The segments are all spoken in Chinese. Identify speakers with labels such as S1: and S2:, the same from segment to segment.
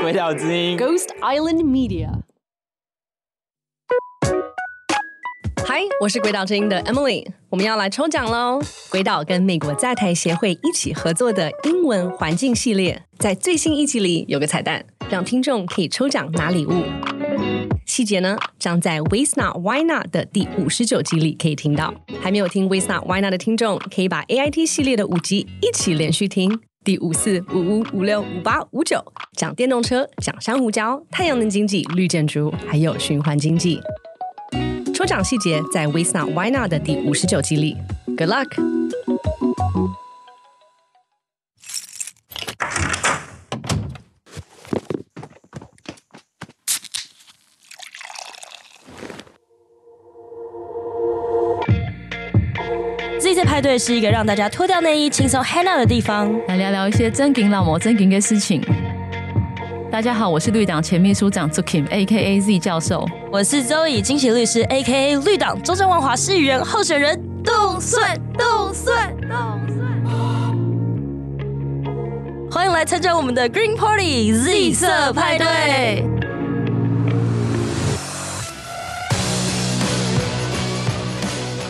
S1: 鬼岛之音。
S2: Ghost Island Media。
S3: 嗨，我是鬼岛之音的 Emily，我们要来抽奖喽！鬼岛跟美国在台协会一起合作的英文环境系列，在最新一集里有个彩蛋，让听众可以抽奖拿礼物。细节呢，将在 w a s Not Why Not 的第五十九集里可以听到。还没有听 w a s Not Why Not 的听众，可以把 AIT 系列的五集一起连续听。第五四、五五、五六、五八、五九，讲电动车，讲珊瑚礁、太阳能经济、绿建筑，还有循环经济。抽奖细节在 w a s Not Why Not 的第五十九集里。Good luck！
S4: Z Z 派对是一个让大家脱掉内衣、轻松 hang out 的地方。
S5: 来聊聊一些真金老魔真金的事情。大家好，我是绿党前秘书长 Zukim，A K A Z 教授。
S4: 我是周以惊喜律师，A K A 绿党周正万华市议员候选人，动算动算动算。欢迎来参加我们的 Green Party Z 色派对。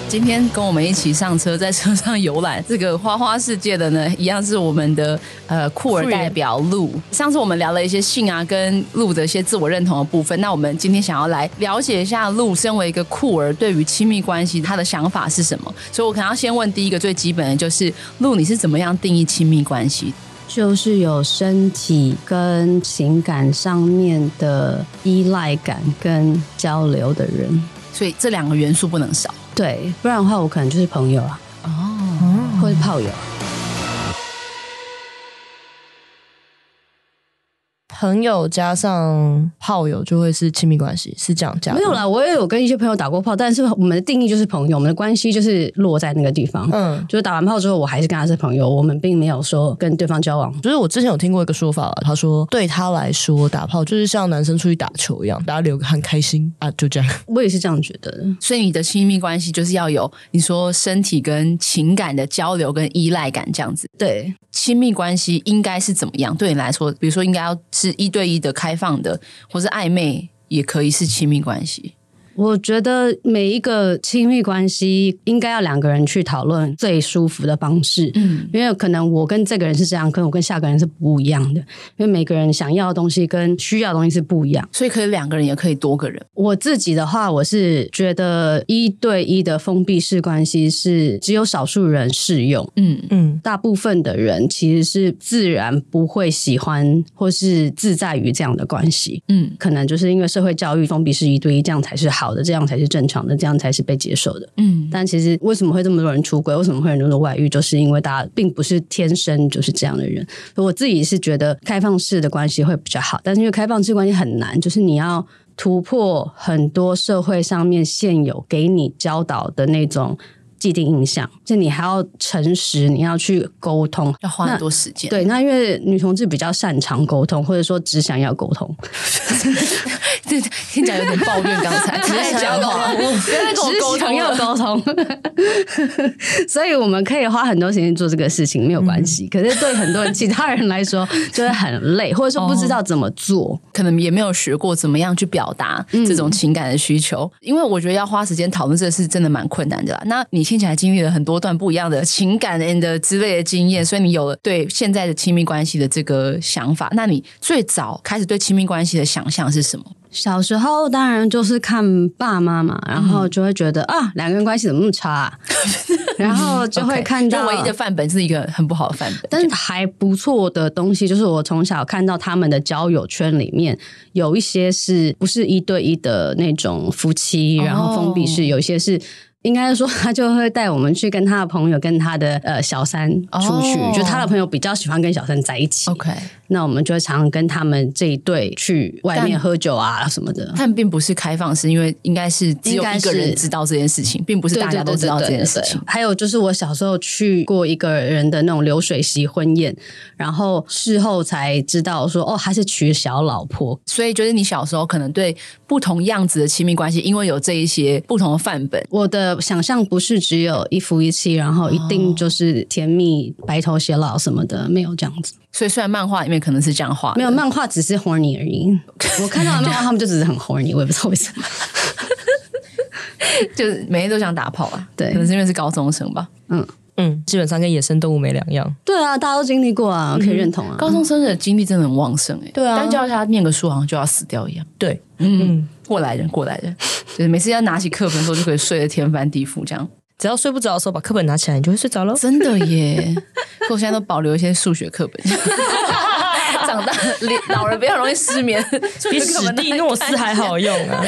S5: 今天跟我们一起上车，在车上游览这个花花世界的呢，一样是我们的呃酷儿代表鹿。上次我们聊了一些性啊，跟鹿的一些自我认同的部分。那我们今天想要来了解一下鹿身为一个酷儿对于亲密关系他的想法是什么。所以我可能要先问第一个最基本的就是鹿，你是怎么样定义亲密关系？
S6: 就是有身体跟情感上面的依赖感跟交流的人，
S5: 所以这两个元素不能少。
S6: 对，不然的话我可能就是朋友啊，嗯
S5: 哦，
S6: 或者炮友。
S7: 朋友加上炮友就会是亲密关系，是这样加的
S6: 没有啦，我也有跟一些朋友打过炮，但是我们的定义就是朋友，我们的关系就是落在那个地方。
S7: 嗯，
S6: 就是打完炮之后，我还是跟他是朋友，我们并没有说跟对方交往。
S7: 就是我之前有听过一个说法，他说对他来说打炮就是像男生出去打球一样，大家聊个很开心啊，就这样。
S6: 我也是这样觉得的。
S5: 所以你的亲密关系就是要有你说身体跟情感的交流跟依赖感这样子。
S6: 对，
S5: 亲密关系应该是怎么样？对你来说，比如说应该要是一对一的、开放的，或是暧昧，也可以是亲密关系。
S6: 我觉得每一个亲密关系应该要两个人去讨论最舒服的方式。
S5: 嗯，
S6: 因为可能我跟这个人是这样，跟我跟下个人是不一样的，因为每个人想要的东西跟需要的东西是不一样。
S5: 所以可以两个人，也可以多个人。
S6: 我自己的话，我是觉得一对一的封闭式关系是只有少数人适用，
S5: 嗯，
S7: 嗯，
S6: 大部分的人其实是自然不会喜欢或是自在于这样的关系。
S5: 嗯，
S6: 可能就是因为社会教育封闭式一对一，这样才是好的，这样才是正常的，这样才是被接受的。
S5: 嗯，
S6: 但其实为什么会这么多人出轨，为什么会有那么多外遇，就是因为大家并不是天生就是这样的人。所以我自己是觉得开放式的关系会比较好，但是因为开放式关系很难，就是你要。突破很多社会上面现有给你教导的那种既定印象，就你还要诚实，你要去沟通，
S5: 要花很多时间。，
S6: 对，那因为女同志比较擅长沟通，或者说只想要沟通，
S5: 这 听起来有点抱怨。刚 才只是想要沟通，不要再跟我沟通
S6: 要
S5: 了。
S6: 沟通， 所以我们可以花很多时间做这个事情，没有关系。
S5: 嗯
S6: 可是对很多人其他人 来说，就会很累，或者说不知道怎么做。
S5: 可能也没有学过怎么样去表达
S6: 嗯
S5: 这种情感的需求，因为我觉得要花时间讨论这是真的蛮困难的啦。那你听起来经历了很多段不一样的情感的之类的经验，所以你有了对现在的亲密关系的这个想法。那你最早开始对亲密关系的想象是什么？
S6: 小时候当然就是看爸妈嘛，然后
S5: 嗯
S6: 就会觉得、啊，两个人关系怎么那么差、啊， 然后就会
S5: OK，
S6: 看到
S5: 就唯一的范本是一个很不好的范本，
S6: 但是还不错的东西，就是我从小看到他们的交友圈里面，有一些是不是一对一的那种夫妻，
S5: 哦
S6: 然后封闭式，有一些是。应该说，他就会带我们去跟他的朋友、跟他的呃小三出去。
S5: 哦
S6: 就他的朋友比较喜欢跟小三在一起
S5: OK，
S6: 那我们就会常常跟他们这一对去外面
S5: 但
S6: 喝酒啊什么的。
S5: 但并不是开放式，因为应该是只有
S6: 应该
S5: 一
S6: 是
S5: 个人知道这件事情，并不是
S6: 对
S5: 大家都知道这件事
S6: 对对对对
S5: 情
S6: 对。还有就是我小时候去过一个人的那种流水席婚宴，然后事后才知道说，哦，他是娶小老婆，
S5: 所以就是你小时候可能对不同样子的亲密关系，因为有这一些不同的范本，
S6: 我的想象不是只有一夫一妻，然后一定就是甜蜜白头偕老什么的，没有这样子。
S5: 所以虽然漫画里面语可能是这样画的，
S6: 没有漫画只是 horny 而 已。我看到的漫画，他们就只是很 horny，我也不知道为什 么。
S5: 就是每天都想打炮啊。
S6: 对
S5: 可能是因为是高中生吧。
S7: 嗯，基本上跟野生动物没两样。
S6: 对啊，大家都经历过啊，我可以认同啊。
S5: 高中生的精力真的很旺盛哎、欸，对啊，但叫他念个书好像就要死掉一样。
S7: 对，
S5: 嗯，过来人，过来 人，就是每次要拿起课本的时候就可以睡得天翻地覆这样。
S7: 只要睡不着的时候，把课本拿 起来，你就会睡着了。
S5: 真的耶！可我现在都保留一些数学课 本。长大脸老人比较容易失 眠，数
S7: 比
S5: 学课
S7: 史
S5: 本
S7: 蒂
S5: 拿来
S7: 诺斯
S5: 看
S7: 还好用啊！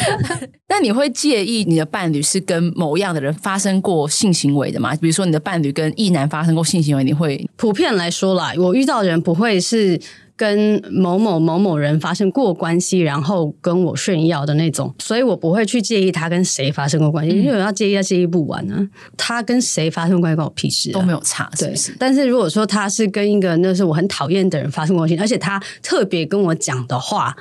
S5: 那你会介意你的伴侣是跟某样的人发生过性行为的吗？比如说你的伴侣跟异男发生过性行为，你会
S6: 普遍来说啦，我遇到的人不会是跟某某某某人发生过关系，然后跟我炫耀的那种，所以我不会去介意他跟谁发生过关
S5: 嗯
S6: 系，因为我要介意，要介意不完啊。他跟谁发生关系关我屁事、啊，
S5: 都没有差，是
S6: 对
S5: 不是，？
S6: 但是如果说他是跟一个那是我很讨厌的人发生关系，而且他特别跟我讲的话，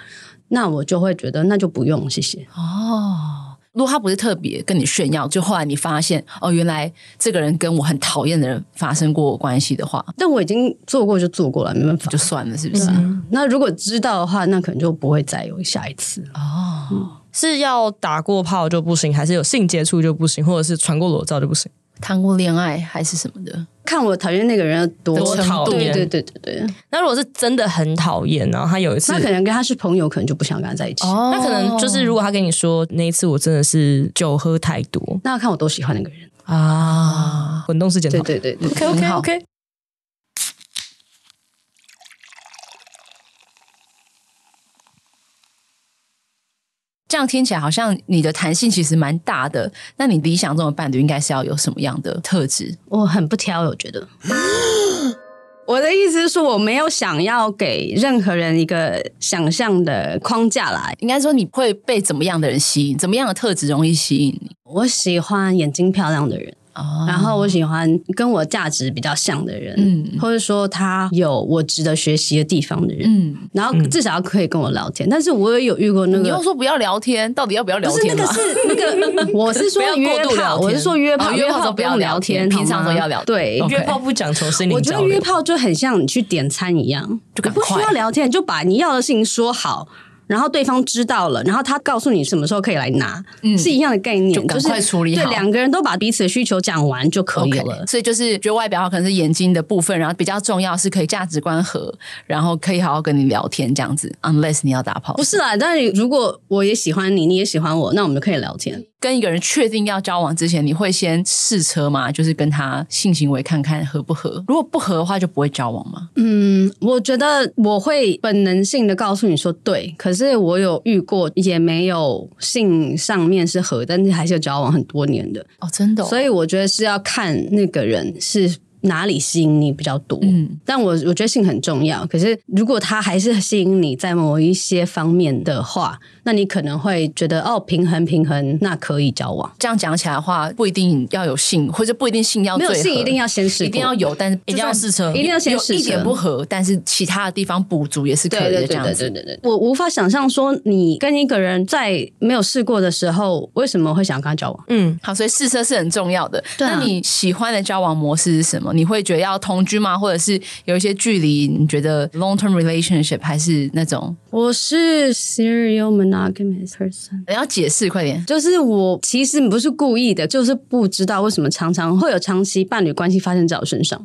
S6: 那我就会觉得那就不用，谢谢。
S5: 哦，如果他不是特别跟你炫耀，就后来你发现哦，原来这个人跟我很讨厌的人发生过关系的话，
S6: 但我已经做过就做过了，没办法。
S5: 就算了，是不是？
S6: 那如果知道的话，那可能就不会再有下一次。
S7: 是要打过炮就不行，还是有性接触就不行，或者是传过裸照就不行？
S5: 谈过恋爱还是什么的，
S6: 看我讨厌那个人有多
S7: 多讨厌
S6: 对对对对对。
S7: 那如果是真的很讨厌，然后他有一次
S6: 那可能跟他是朋友，可能就不想跟他在一起。
S7: 那可能就是，如果他跟你说那一次我真的是酒喝太多
S6: 那要看我多喜欢那个人。
S5: 哦
S7: 啊，滚动式检讨
S6: 对，对对对，
S7: OK OK
S5: 很好
S7: OK。
S5: 这样听起来好像你的弹性其实蛮大的。那你理想中的伴侣应该是要有什么样的特质？
S6: 我很不挑，我觉得。 我的意思是说，我没有想要给任何人一个想象的框架来。
S5: 应该说你会被怎么样的人吸引？怎么样的特质容易吸引你？
S6: 我喜欢眼睛漂亮的人，
S5: 哦
S6: 然后我喜欢跟我价值比较像的人，
S5: 嗯
S6: 或者说他有我值得学习的地方的人，
S5: 嗯，
S6: 然后至少可以跟我聊天。但是我也有遇过那
S5: 你又
S6: 个。
S5: 说不要聊天，到底要不要聊
S6: 不是那
S5: 天
S6: 个
S5: 嘛？
S6: 是那 个，我是说
S5: 不要过
S6: 约
S5: 度聊
S6: 炮，
S5: 天
S6: 我是说约炮，
S5: 哦约炮的时候
S6: 不
S5: 不要
S6: 用
S5: 聊
S6: 聊
S5: 天平常
S6: 都
S5: 都要聊
S6: 对，
S5: OK
S7: 约炮不讲求心
S6: 我
S7: 灵
S6: 觉
S7: 交
S6: 得约
S7: 流，
S6: 炮就很像你去点餐一样，
S5: 就
S6: 你
S5: 赶
S6: 不需
S5: 快
S6: 要聊天，你就把你要的事情说好，然后对方知道了，然后他告诉你什么时候可以来拿，是一样的概念，
S5: 嗯就赶
S6: 是
S5: 快处理好
S6: 对，两个人都把彼此的需求讲完就可以
S5: OK，
S6: 了。
S5: 所以就是觉得外表可能是眼睛的部分，然后比较重要是可以价值观合，然后可以好好跟你聊天这样子。Unless 你要打炮，
S6: 不是啊啦，但是如果我也喜欢你，你也喜欢我，那我们就可以聊天。
S5: 跟一个人确定要交往之前，你会先试车吗？就是跟他性行为看看合不合，如果不合的话就不会交往吗？
S6: 嗯，我觉得我会本能性的告诉你说对，可是我有遇过也没有性上面是合，但是还是有交往很多年的。
S5: 哦，真的、哦，
S6: 所以我觉得是要看那个人是哪里吸引你比较多。
S5: 嗯
S6: 但我我觉得性很重要，可是如果他还是吸引你在某一些方面的话，那你可能会觉得哦，平衡平衡，那可以交往。
S5: 这样讲起来的话，不一定要有性，或者不一定性要
S6: 没
S5: 哦最
S6: 有
S5: 合
S6: 性一定要先试，
S5: 一定要。有，但是
S7: 一定要试车
S5: 就算
S6: 一定要先
S5: 有
S6: 试车
S5: 一点不合，但是其他的地方补足也是可
S6: 对
S5: 以
S6: 对
S5: 的，这
S6: 对
S5: 样
S6: 对
S5: 子。
S6: 对对对，我无法想象说你跟一个人在没有试过的时候，为什么会想跟他交往？
S7: 嗯，
S5: 好，所以试车是很重要的。
S6: 对啊
S5: 那你喜欢的交往模式是什么？你会觉得要同居吗？或者是有一些距离？你觉得 long term relationship 还是那种？
S6: 我是 serial monogamous person。
S5: 你要解释快点。
S6: 就是我其实不是故意的，就是不知道为什么常常会有长期伴侣关系发生在我身上。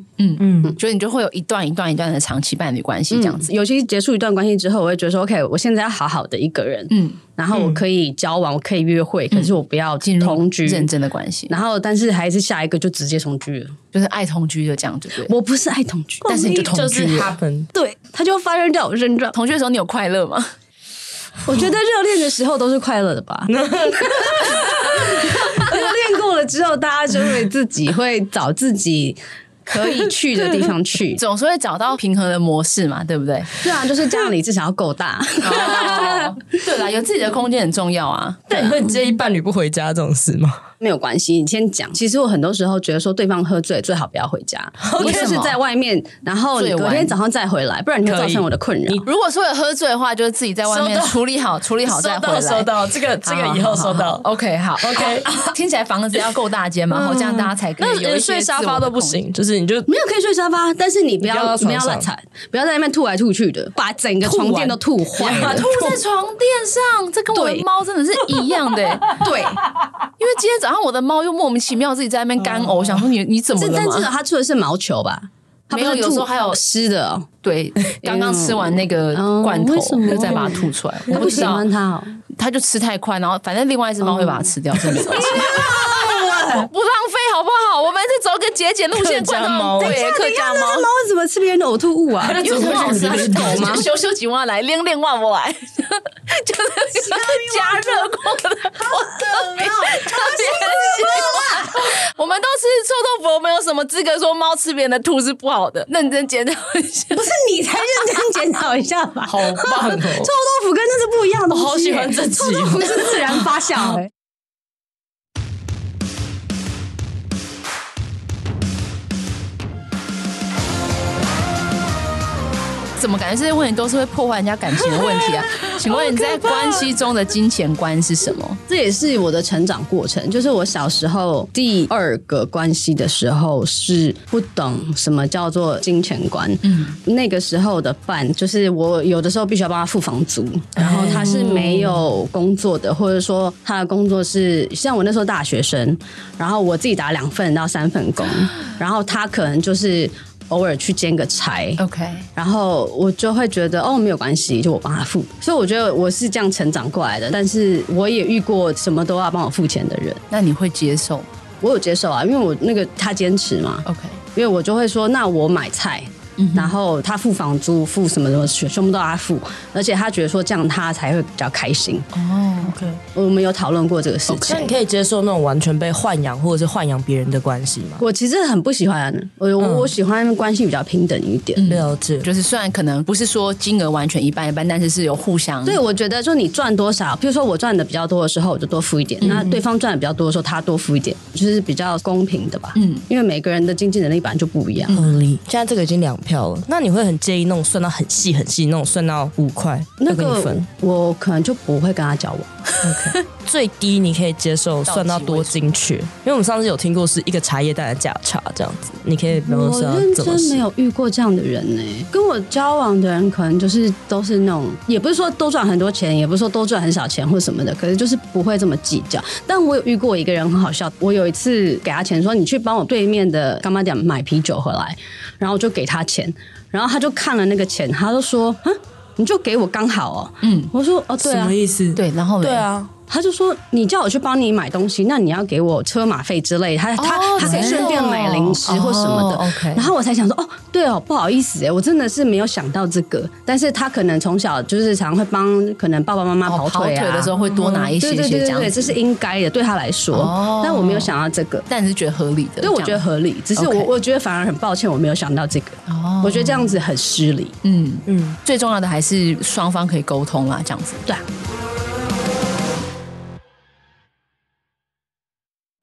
S5: 所以你就会有一段一段一段的长期伴侣关系这样子。
S6: 尤其是结束一段关系之后，我会觉得说，OK，我现在要好好的一个人，
S5: 嗯，
S6: 然后我可以交往，我可以约会，可是我不要
S5: 进入
S6: 嗯同居。
S5: 认真的关系，
S6: 然后，但是还是下一个就直接同居了。
S5: 就是爱同居就这样，对不对？
S6: 我不是爱同居，
S5: 但是你就同居
S7: 是
S5: 了
S7: happen，
S6: 对，它就发生在我身上。
S5: 同居的时候你有快乐吗？
S6: 我觉得热恋的时候都是快乐的 吧。热恋过了之后，大家就会自己会找自己可以去的地方去。
S5: 总是会找到平衡的模式嘛，对不对？
S6: 对啊，就是家里至少要够大。
S5: 哦，对啦，有自己的空间很重要啊。
S7: 但你会介意伴侣不回家这种事吗？
S6: 没有关系，你先讲。其实我很多时候觉得说，对方喝醉最好不要回家，
S5: 为
S6: 一
S5: 什
S6: 定
S5: 么
S6: 是在外面，然后你
S5: 醉
S6: 隔
S5: 完
S6: 天早上再回来，不然你会造成我的困扰。
S5: 如果说有喝醉的话，就是自己在外面
S7: 收到
S5: 处理好，处理好再
S7: 收
S5: 回来。
S7: 到收到，这个这
S5: 好
S7: 个以后收
S5: 好好
S7: 到
S5: 好。OK，好
S7: OK
S5: 听起来房子要够大间嘛，然后这样大家才可
S7: 那
S5: 以有一
S7: 连
S5: 些
S7: 睡沙
S5: 自我
S7: 发
S5: 的
S7: 都不
S5: 空间。
S7: 行，就是你就
S6: 没有可以睡沙发，但是你不
S7: 你不
S6: 要
S7: 要到
S6: 不要
S7: 床上
S6: 乱踩，不要在那边吐来吐去的，把整个
S5: 吐完
S6: 床垫都吐坏
S5: 把
S6: 了
S5: 吐。在床垫上，这跟我的
S6: 对
S5: 猫真的是一样的、对，因为今天早上我的猫又莫名其妙自己在那边干呕，我想说你你怎么
S6: 这
S5: 了
S6: 但至少
S5: 嘛？
S6: 他出的是毛球吧？他不是
S5: 没有有时候
S6: 吐
S5: 还有
S6: 湿的哦，
S5: 对，刚刚吃完那个
S6: 嗯
S5: 罐
S6: 哦
S5: 头
S6: 为什，么
S5: 又再把它吐出来，
S6: 他
S5: 我
S6: 不
S5: 不知
S6: 喜
S5: 道
S6: 欢，他哦。
S5: 它就吃太快，然后反正另外一只猫会把它吃掉，是没有关系。不浪费好不好？我们是走一个节俭路线，
S7: 客家
S5: 罐头
S6: 哦
S7: 猫
S5: 对哦客家猫
S6: 啊那只猫为什么吃别人的呕吐物 啊？
S5: 因为很好吃啊，
S6: 狗吗？
S5: 修修几万来，练练万我来， 就是加热过的， 特别特别喜欢。哦我们都吃臭豆腐，我们有什么资格说猫吃别人的吐是不好的？认真检讨 一下。
S6: 不是你才认真检讨一下吧。
S7: 好棒哦！
S6: 臭豆腐跟那是不一样的东西耶
S7: 我好喜欢这集哦
S6: 臭豆腐是自然发酵、哎，
S5: 怎么感觉这些问题都是会破坏人家感情的问题 啊？请问你在关系中的金钱观是什么？
S6: 这也是我的成长过程。就是我小时候第二个关系的时候是不懂什么叫做金钱观，嗯，那个时候的伴就是我有的时候必须要帮他付房租，然后他是没有工作的，或者说他的工作是像我那时候大学生，然后我自己打两份到三份工，然后他可能就是偶尔去兼个差，
S5: OK，
S6: 然后我就会觉得哦，没有关系，就我帮他付。所以我觉得我是这样成长过来的，但是我也遇过什么都要帮我付钱的人，
S5: 那你会接受
S6: 我有接受啊，因为我那个他坚持
S7: 嗯
S6: 嘛，
S5: ？OK，
S6: 因为我就会说，那我买菜。然后他付房租、付什么什么，全全部都要他付，而且他觉得说这样他才会比较开心。
S5: 哦，
S7: OK，
S6: 我们有讨论过这个事情
S7: 哦那你可以接受那种完全被豢养或者是豢养别人的关系吗？
S6: 我其实很不喜欢，我我、
S7: 嗯
S6: 我喜欢关系比较平等一点。
S7: 了解，
S5: 就是虽然可能不是说金额完全一半一半，但是是有互相
S7: 嗯
S6: 对，我觉得就你赚多少，比如说我赚的比较多的时候，我就多付一点；
S7: 嗯
S6: 那对方赚的比较多的时候，他多付一点，就是比较公平的吧。嗯，因为每个人的经济能力本来就不一样，
S7: 合理。嗯现在这个已经两票了，那你会很介意那种算到很细很细那种算到五块
S6: 那
S7: 要跟你
S6: 个
S7: 分？
S6: 我可能就不会跟他交往。
S7: 最低你可以接受
S5: 到
S7: 算到
S5: 几
S7: 多
S5: 位
S7: 精确？因为我们上次有听过是一个茶叶蛋的价差这样子，你可以描
S6: 我
S7: 述要
S6: 认
S7: 怎么
S6: 真没
S7: 算？
S6: 有遇过这样的人呢、跟我交往的人可能就是都是那种，也不是说都赚很多钱，也不是说都赚很少钱或什么的，可是就是不会这么计较。但我有遇过一个人很好笑，我有一次给他钱说你去帮我对面的干妈店买啤酒回来，然后我就给他钱，然后他就看了那个钱，他就说啊。你就给我刚好哦，嗯，我说哦，对
S7: 什
S6: 啊
S7: 么，意思？
S5: 对，然后嘞
S7: 对，啊，
S6: 他就说你叫我去帮你买东西，那你要给我车马费之类的，他、
S5: 哦
S6: 他他可以顺便买零食或什么的。
S5: 哦，OK
S6: 然后我才想说，哦，对哦，不好意思哎，我真的是没有想到这个。但是他可能从小就是常会帮可能爸爸妈妈
S5: 哦
S6: 跑
S5: 跑
S6: 腿啊，
S5: 腿的时候会多拿一些
S6: 对对
S5: 些
S6: 对
S5: 这
S6: 对
S5: 样
S6: 对，
S5: 子
S6: 这是应该的，对他来说。
S5: 哦
S6: 但我没有想到这个。
S5: 但你是觉得合理的，
S6: 对，我觉
S5: 这
S6: 得
S5: 样
S6: 合理，只是我
S5: OK
S6: 我觉得反而很抱歉，我没有想到这个。
S5: 哦
S6: 我觉得这样子很失礼。
S5: 嗯
S7: 嗯
S5: 嗯，最重要的还是双方可以沟通啦，这样子。
S6: 对啊，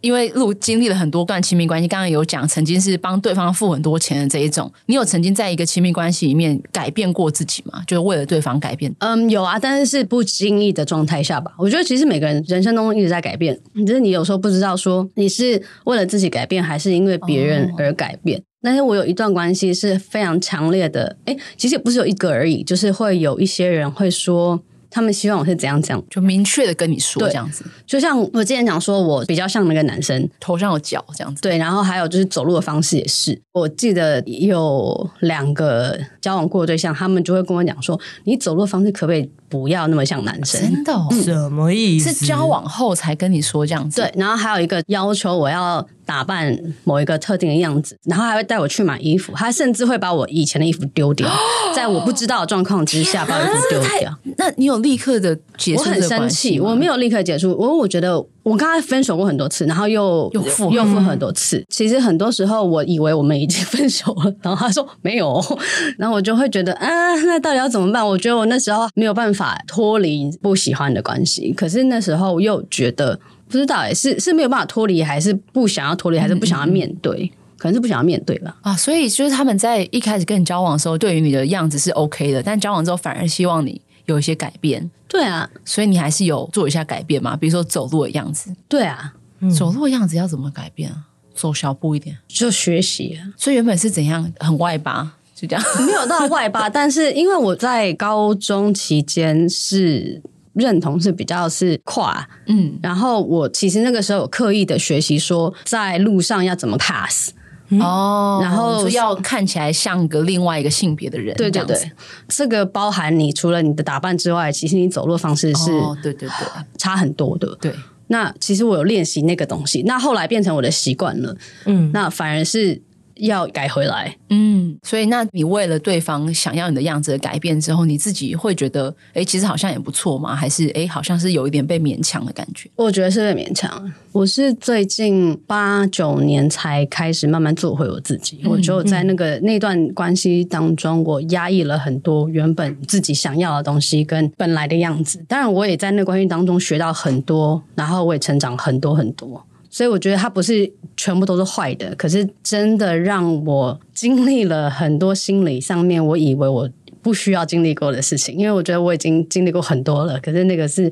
S5: 因为路经历了很多段亲密关系，刚刚有讲，曾经是帮对方付很多钱的这一种，你有曾经在一个亲密关系里面改变过自己吗？就是为了对方改变？
S6: 嗯，有啊，但是是不经意的状态下吧。我觉得其实每个人人生中一直在改变，只是你有时候不知道说你是为了自己改变，还是因为别人
S5: 哦
S6: 而改变。但是我有一段关系是非常强烈的，哎，其实也不是有一个而已，就是会有一些人会说，他们希望我是怎样怎样。
S5: 就明确的跟你说
S6: 对
S5: 这样子，
S6: 就像我之前讲说，我比较像那个男生，
S5: 头上有角这样子。
S6: 对，然后还有就是走路的方式也是。我记得有两个交往过的对象，他们就会跟我讲说，你走路的方式可不可以不要那么像男生？
S5: 真的、哦
S7: 嗯什么意思？
S5: 是交往后才跟你说这样子。
S6: 嗯对，，然后还有一个要求我要打扮某一个特定的样子，然后还会带我去买衣服，他甚至会把我以前的衣服丢掉，在我不知道的状况之下把我衣服丢掉，
S5: 那你有立刻的结
S6: 我
S5: 束这
S6: 很
S5: 个
S6: 生
S5: 关系
S6: 气，
S5: 吗
S6: 我没有立刻结束，我我觉得我跟他分手过很多次，然后又
S5: 又复合
S6: 又复合很多次，其实很多时候我以为我们已经分手了，然后他说没有， 然后我就会觉得啊，那到底要怎么办？我觉得我那时候没有办法脱离不喜欢的关系，可是那时候又觉得。不知道哎、是是没有办法脱离，还是不想要脱离，还是不想要面对？
S5: 嗯
S6: 可能是不想要面对吧。
S5: 啊，所以就是他们在一开始跟你交往的时候，对于你的样子是 OK 的，但交往之后反而希望你有一些改变，
S6: 对啊，
S5: 所以你还是有做一下改变嘛？比如说走路的样子，
S6: 对啊，
S5: 走路的样子要怎么改变啊？走小步一点。
S6: 就学习啊，
S5: 所以原本是怎样很外八，就这样。
S6: 没有到外八，但是因为我在高中期间是认同是比较是跨，
S5: 嗯，
S6: 然后我其实那个时候有刻意的学习说在路上要怎么 pass，
S5: 哦
S6: 然后
S5: 就要看起来像个另外一个性别的人，
S6: 对
S5: 这
S6: 对
S5: 样子
S6: 对，这个包含你除了你的打扮之外，其实你走路的方式是
S5: 哦，对对对
S6: 差很多的。
S5: 对，
S6: 那其实我有练习那个东西，那后来变成我的习惯了，
S7: 嗯，
S6: 那反而是要改回来。
S5: 嗯，所以那你为了对方想要你的样子的改变之后，你自己会觉得，哎，其实好像也不错嘛，还是哎，好像是有一点被勉强的感 觉。
S6: 我觉得是被勉强。啊我是最近八九年才开始慢慢做回我自己。我就在那个那段关系当中，我压抑了很多原本自己想要的东西跟本来的样子。当然，我也在那关系当中学到很多，然后我也成长很多很多。所以我觉得它不是全部都是坏的，可是真的让我经历了很多心理上面，我以为我不需要经历过的事情，因为我觉得我已经经历过很多了。可是那个是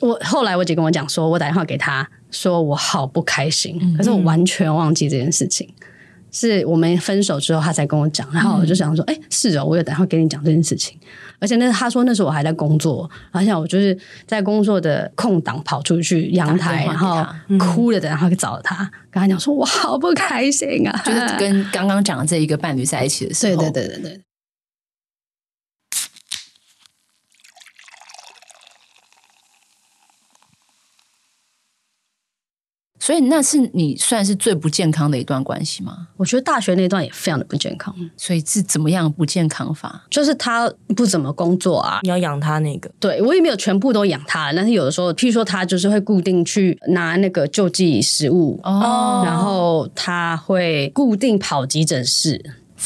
S6: 我后来我姐跟我讲说，我打电话给她说我好不开心，
S5: 嗯
S6: 可是我完全忘记这件事情。是我们分手之后，她才跟我讲，然后我就想说，哎、是哦，我有打电话给你讲这件事情，而且那她说那时候我还在工作，而且我就是在工作的空档跑出去阳台，
S5: 打
S6: 然
S5: 电话
S6: 后哭了的，然后去找她，跟她讲说我好不开心啊， 哦
S5: 就是跟刚刚讲的这一个伴侣在一起的时
S6: 对
S5: 候，
S6: 对对对对，
S5: 所以那是你算是最不健康的一段关系吗？
S6: 我觉得大学那段也非常的不健康，
S5: 所以是怎么样不健康法？
S6: 就是她不怎么工作啊，
S7: 你要养他那个，
S6: 对我也没有全部都养它，但是有的时候，譬如说它就是会固定去拿那个救济食物，
S5: 哦
S6: 然后它会固定跑急诊室，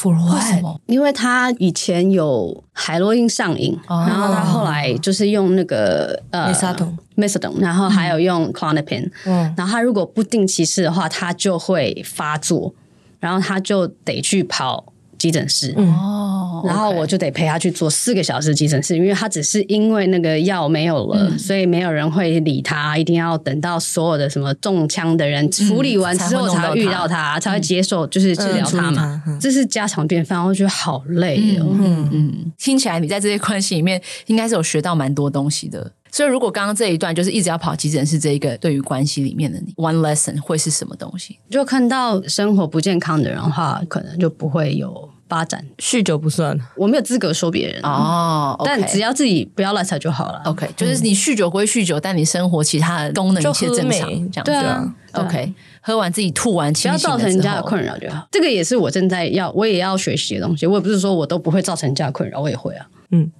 S5: 为什么？
S6: 因为它以前有海洛因上瘾，
S5: 哦
S6: 然后它后来就是用那个呃
S7: Methadone
S6: methadone，然后还有用 clonopin，、然
S5: 嗯
S6: 后它如果不定期吃的话，它就会发作，然后它就得去跑急诊室，
S5: 哦，
S6: 然后
S5: OK
S6: 我就得陪他去做四个小时急诊室，因为他只是因为那个药没有了，所以没有人会理他，一定要等到所有的什么中枪的人处理完之后
S5: 才会弄到
S6: 才
S5: 他
S6: 会遇到他，才会接受就是治疗
S7: 嗯处
S6: 他嘛。
S7: 理他嗯
S6: 这是家常便饭，我觉得好累哦。
S5: 嗯嗯，听起来你在这些关系里面应该是有学到蛮多东西的。所以，如果刚刚这一段就是一直要跑急诊室这一个对于关系里面的你，one lesson 会是什么东西？
S6: 就看到生活不健康的人的话，可能就不会有发展。
S7: 酗酒不 算，
S6: 我没有资格说别人，
S5: 哦，OK，
S6: 但只要自己不要乱踩就好了。
S5: OK，就是你酗酒归酗酒，但你生活其他的功能一
S7: 就
S5: 切
S7: 喝
S5: 正常，这
S7: 没
S5: 样子
S6: 对啊。对啊
S5: OK，喝完自己吐完，
S6: 不
S5: 清
S6: 要
S5: 醒
S6: 造
S5: 了
S6: 成人
S5: 之
S6: 家的
S5: 后
S6: 困扰就好，这个也是我正在要，我也要学习的东西。我也不是说我都不会造成人家的困扰，我也会啊。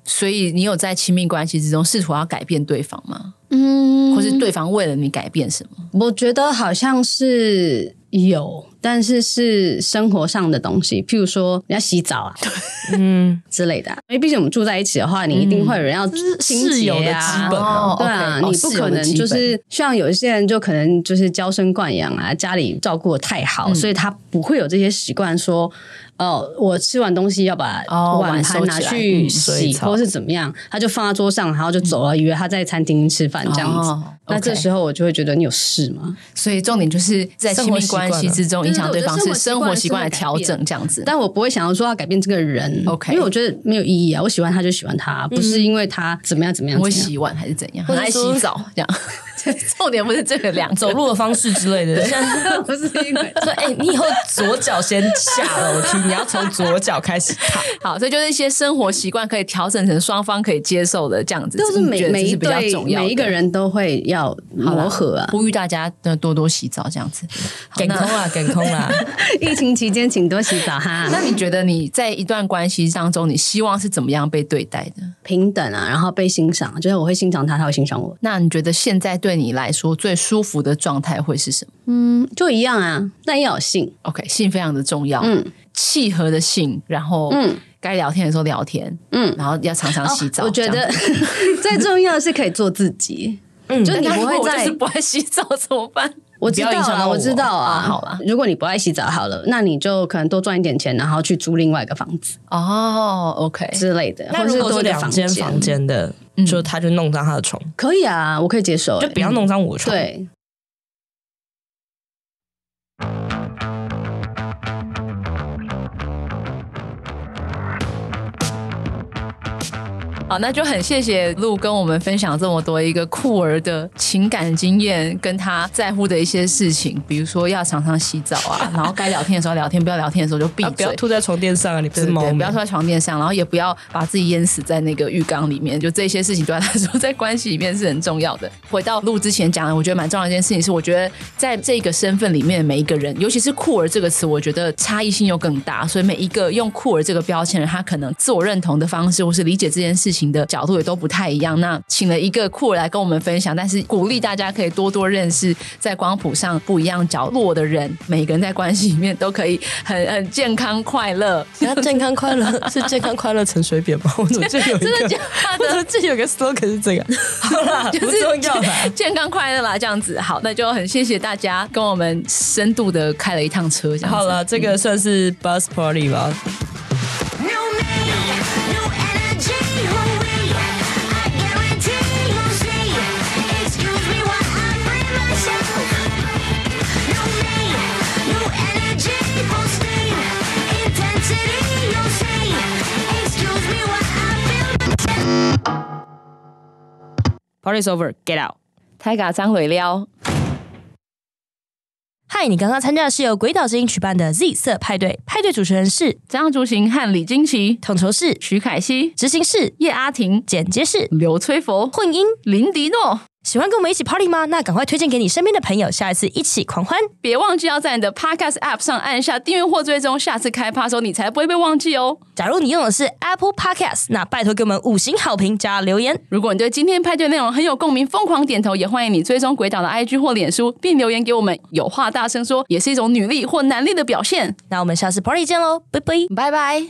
S5: 所以你有在亲密关系之中试图要改变对方吗？嗯，或是对方为了你改变什么？
S6: 我觉得好像是有，但是是生活上的东西，譬如说你要洗澡啊，嗯之类的 啊、因为毕竟我们住在一起的话，你一定会有人要清
S7: 室
S6: 洁
S7: 友的基
S6: 啊。
S7: 本啊
S5: 哦
S6: 对啊
S5: OK，哦
S6: 你不
S5: 室友
S6: 可
S5: 的
S6: 能
S5: 基
S6: 就
S5: 本
S6: 是像有一些人，就可能就是娇生惯养啊，家里照顾的太好，所以他不会有这些习惯说，哦，我吃完东西要把
S5: 哦碗
S6: 碗
S5: 收
S6: 盘拿
S5: 起来
S6: 去
S5: 嗯
S7: 水
S6: 洗，
S7: 槽
S6: 或是怎么样，他就放在桌上，然后就走了，以为他在餐厅吃饭这样子。
S5: 哦
S6: 那
S5: OK
S6: 这时候我就会觉得你有事吗？
S5: 所以重点就是在亲密关系之中影响对方是生活习惯的调整，这样子。
S6: 但我不会想要说要改变这个人
S5: OK 嗯
S6: 因为我觉得没有意义啊。我喜欢他就喜欢他，不是因为他怎么样怎么样
S5: 不会
S6: 怎么样。
S5: 洗碗还是怎样？
S7: 或
S5: 很
S7: 者
S5: 爱洗
S7: 说
S5: 澡这样。 重点不是这个两
S7: 走
S5: 种，
S7: 路的方式之类 的。像
S6: 不是因 为
S7: 说，哎、你以后左脚先下楼梯，你要从左脚开始 踏。
S5: 好，所以就是一些生活习惯可以调整成双方可以接受的这样子。
S6: 就是
S5: 你觉得
S6: 每每
S5: 这
S6: 一
S5: 是比较
S6: 对
S5: 重要的
S6: 每一个人都会要磨合 啊。
S5: 呼吁大家呃多多洗澡这样子。好
S7: 梗
S5: 那
S7: 空啦，梗空啦，
S6: 疫情期间请多洗澡哈，
S5: 那你觉得你在一段关系当中，你希望是怎么样被对待的？
S6: 平等啊，然后被欣赏，就是我会欣赏他，他会欣赏我，
S5: 那你觉得现在对你来说最舒服的状态会是什么
S6: 嗯，就一样啊。但要有性，
S5: ？OK，性非常的重要，
S6: 嗯
S5: 契合的性，然后
S6: 嗯
S5: 该聊天的时候聊天，
S6: 嗯，
S5: 然后要常常洗澡。
S6: 我觉
S5: 这样
S6: 得最重要的是可以做自己。
S5: 嗯，就是
S6: 你不会在
S5: 就是不爱洗澡怎么办？
S6: 我知道
S7: 不要影响
S6: 啊，
S7: 到我
S6: 知道
S7: 啊
S6: 啊。
S7: 好啦，
S6: 如果你不爱洗澡好了，那你就可能多赚一点钱，然后去租另外一个房子
S5: 哦，OK，
S6: 之类的，
S7: 那
S6: 或者
S7: 如
S6: 是
S7: 果
S6: 多
S7: 是
S6: 一个
S7: 两
S6: 房
S7: 间房间的，
S5: 嗯
S7: 就他就弄脏他的床，
S6: 可以啊，我可以接受、
S7: 就不要弄脏我的
S6: 嗯
S7: 床。，
S6: 对。
S5: 好，那就很谢谢路跟我们分享这么多一个酷儿的情感经验，跟他在乎的一些事情，比如说要常常洗澡啊，然后该聊天的时候聊天，不要聊天的时候就闭
S7: 啊不
S5: 嘴。
S7: 要吐在床垫上啊！你不
S5: 对
S7: 是
S5: 对
S7: 猫
S5: 对，不要
S7: 吗
S5: 吐？在床垫上，然后也不要把自己淹死在那个浴缸里面。就这些事情对他来 说，在关系里面是很重要的。回到录之前讲的，我觉得蛮重要的一件事情是，我觉得在这个身份里面，每一个人，尤其是酷儿这个词，我觉得差异性又更大。所以每一个用酷儿这个标签的人，他可能自我认同的方式，或是理解这件事情的角度也都不太一样。那请了一个酷儿来跟我们分享，但是鼓励大家可以多多认识在光谱上不一样角落的人，每个人在关系里面都可以很很健康快乐。
S7: 然后健康快乐是健康快乐陈水 扁吗？我怎么记得有一个？
S5: 真的假
S7: 我怎么记得有个 slogan 是这个？好啦，不重要啦。
S5: 健康快乐啦，这样子好，那就很谢谢大家跟我们深度的开了一趟车，这样子
S7: 好了，这个算是 bus party 吧。
S1: New me, new energy, who we? I guarantee you'll see. Excuse me while I bring myself. New me, new energy, full steam, intensity, you'll see. Excuse me while I feel myself.
S7: Party's over, get out。
S5: 泰嘎张磊撩，
S4: 嗨，你刚刚参加的是由鬼岛之音举办的 Z 色派对，派对主持人是
S5: 张竹行和李金奇、
S4: 统筹是
S5: 徐凯熙、
S4: 执行是
S5: 叶阿婷、
S4: 剪接是
S5: 刘崔佛、
S4: 混音。
S5: 林迪诺。
S4: 喜欢跟我们一起 party 吗？那赶快推荐给你身边的朋友，下一次一起狂欢。
S5: 别忘记要在你的 Podcast App 上按下订阅或追踪，下次开趴的时候你才不会被忘记哦。
S4: 假如你用的是 Apple Podcast，那拜托给我们五星好评加留言。
S5: 如果你对今天派对内容很有共鸣，疯狂点头，也欢迎你追踪鬼岛的 IG 或脸书，并留言给我们。有话大声说，也是一种女力或男力的表现。
S4: 那我们下次 party 见喽，拜拜。
S5: 拜拜。